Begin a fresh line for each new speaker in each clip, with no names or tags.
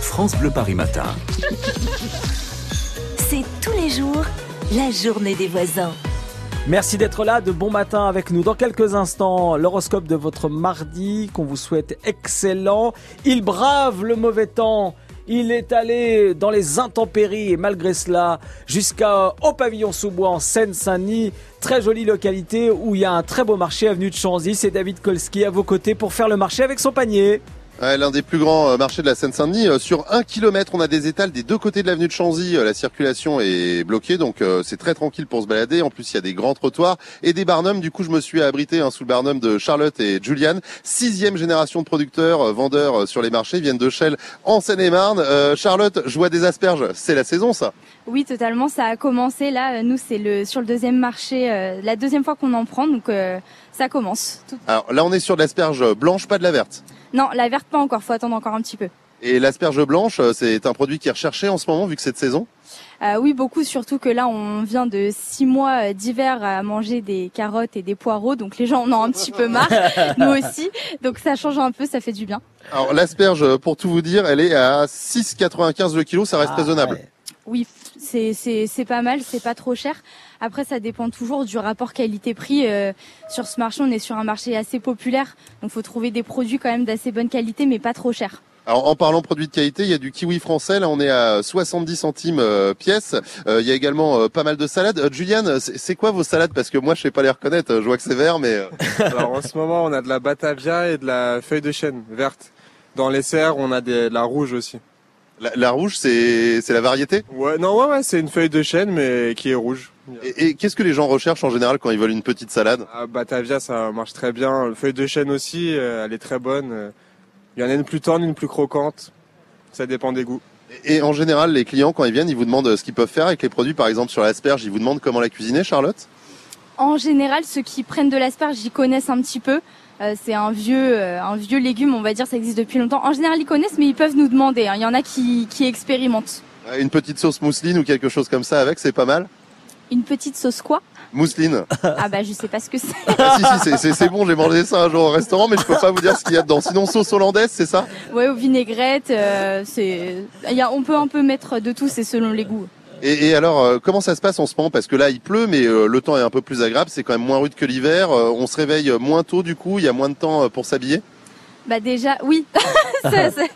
France Bleu Paris Matin.
C'est tous les jours la journée des voisins.
Merci d'être là, de bon matin avec nous. Dans quelques instants, l'horoscope de votre mardi, qu'on vous souhaite excellent. Il brave le mauvais temps. Il est allé dans les intempéries et malgré cela jusqu'à au pavillon sous-bois en Seine-Saint-Denis, très jolie localité où il y a un très beau marché avenue de Chanzy. C'est David Kolski à vos côtés pour faire le marché avec son panier.
Ouais, L'un des plus grands euh, marchés de la Seine-Saint-Denis. Euh, Sur un kilomètre, on a des étals des deux côtés de l'avenue de Chanzy. Euh, La circulation est bloquée, donc euh, c'est très tranquille pour se balader. En plus, il y a des grands trottoirs et des barnums. Du coup, je me suis abrité hein, sous le barnum de Charlotte et Juliane, sixième génération de producteurs, euh, vendeurs euh, sur les marchés, Ils viennent de Chelles en Seine-et-Marne. Euh, Charlotte, je vois des asperges. C'est la saison, ça
Oui, totalement. Ça a commencé là. euh, Nous, c'est le sur le deuxième marché, euh, la deuxième fois qu'on en prend, donc euh, ça commence. Tout-
Alors là, on est sur de l'asperge blanche, pas de la verte.
Non, la verte pas encore. Faut attendre encore un petit peu.
Et l'asperge blanche, euh, c'est un produit qui est recherché en ce moment, vu que c'est de saison.
Euh, oui, beaucoup. Surtout que là, on vient de six mois euh, d'hiver à manger des carottes et des poireaux, donc les gens en ont un petit peu marre. nous aussi. Donc ça change un peu, ça fait du bien.
Alors l'asperge, euh, pour tout vous dire, elle est à 6,95 le kilo, ça
Ah,
reste raisonnable.
Oui, c'est c'est c'est pas mal, c'est pas trop cher. Après, ça dépend toujours du rapport qualité-prix. Euh, sur ce marché, on est sur un marché assez populaire, donc faut trouver des produits quand même d'assez bonne qualité, mais pas trop cher.
Alors en parlant produits de qualité, il y a du kiwi français, là on est à 70 centimes euh, pièce. Euh, il y a également euh, pas mal de salades. Euh, Juliane, c'est c'est quoi vos salades Parce que moi je sais pas les reconnaître, Euh, je vois que c'est vert, mais euh,
Alors en ce moment, on a de la batavia et de la feuille de chêne verte. Dans les serres, on a des- de la rouge aussi.
la, la rouge c'est c'est la variété.
Ouais, non, ouais, ouais, c'est une feuille de chêne mais qui est rouge.
Et, et qu'est-ce que les gens recherchent en général quand ils veulent une petite salade
La Ah, batavia, ça marche très bien. La feuille de chêne aussi, euh, elle est très bonne. Euh, Il y en a une plus tendre, une plus croquante. Ça dépend des goûts.
Et, et en général, les clients quand ils viennent, ils vous demandent euh, ce qu'ils peuvent faire avec les produits. Par exemple sur l'asperge, ils vous demandent comment la cuisiner, Charlotte.
En général, ceux qui prennent de l'asperge, ils connaissent un petit peu. Euh, c'est un vieux, euh, un vieux légume, on va dire, ça existe depuis longtemps. En général, ils connaissent, mais ils peuvent nous demander. hein. Il y en a qui, qui expérimentent.
Euh, Une petite sauce mousseline ou quelque chose comme ça avec, c'est pas mal.
Une petite sauce quoi
Mousseline.
Ah bah je sais pas ce que c'est.
Ah, si si, c'est- c'est c'est bon, j'ai mangé ça un jour au restaurant, mais je peux pas vous dire ce qu'il y a dedans. Sinon sauce hollandaise, c'est ça
Ouais, aux vinaigrettes, euh, c'est, il y a, on peut un peu mettre de tout, c'est selon les goûts.
Et, et alors, euh, comment ça se passe en ce moment Parce que là, il pleut, mais euh, le temps est un peu plus agréable. C'est quand même moins rude que l'hiver. euh, on se réveille moins tôt, du coup. Il y a moins de temps euh, pour s'habiller.
Bah déjà, oui. Ça, c'est-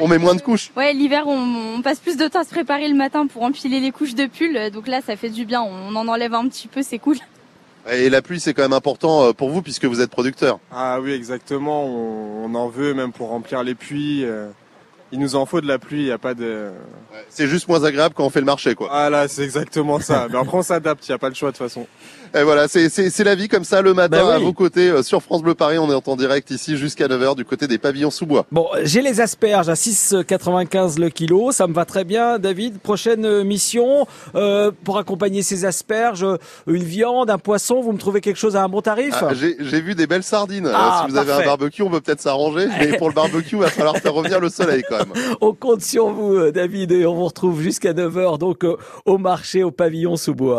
On met moins de couches.
Ouais, l'hiver, on, on passe plus de temps à se préparer le matin pour empiler les couches de pull. euh, Donc là, ça fait du bien. On en enlève un petit peu, c'est cool.
Et la pluie, c'est quand même important euh, pour vous, puisque vous êtes producteur.
Ah oui, exactement. On, on en veut même pour remplir les puits. euh, Il nous en faut de la pluie. Il y a pas de.
C'est juste moins agréable quand on fait le marché, quoi.
Ah là, c'est exactement ça. Mais après, on s'adapte. Il n'y a pas le choix de toute façon.
Et voilà, c'est- c'est c'est la vie comme ça, le matin,
Bah oui.
à vos côtés, euh, sur France Bleu Paris. On est en direct ici jusqu'à 9h du côté des pavillons sous bois.
Bon, j'ai les asperges à 6,95 le kilo, ça me va très bien. David, prochaine euh, mission euh, pour accompagner ces asperges, euh, une viande, un poisson, vous me trouvez quelque chose à un bon tarif
Ah, J'ai j'ai vu des belles sardines. Euh,
Ah,
si vous avez
parfait.
un barbecue, on peut peut-être s'arranger. Mais pour le barbecue, il va falloir faire revenir le soleil quand même.
On compte sur vous, euh, David, et on vous retrouve jusqu'à 9h donc euh, au marché, au pavillon sous bois.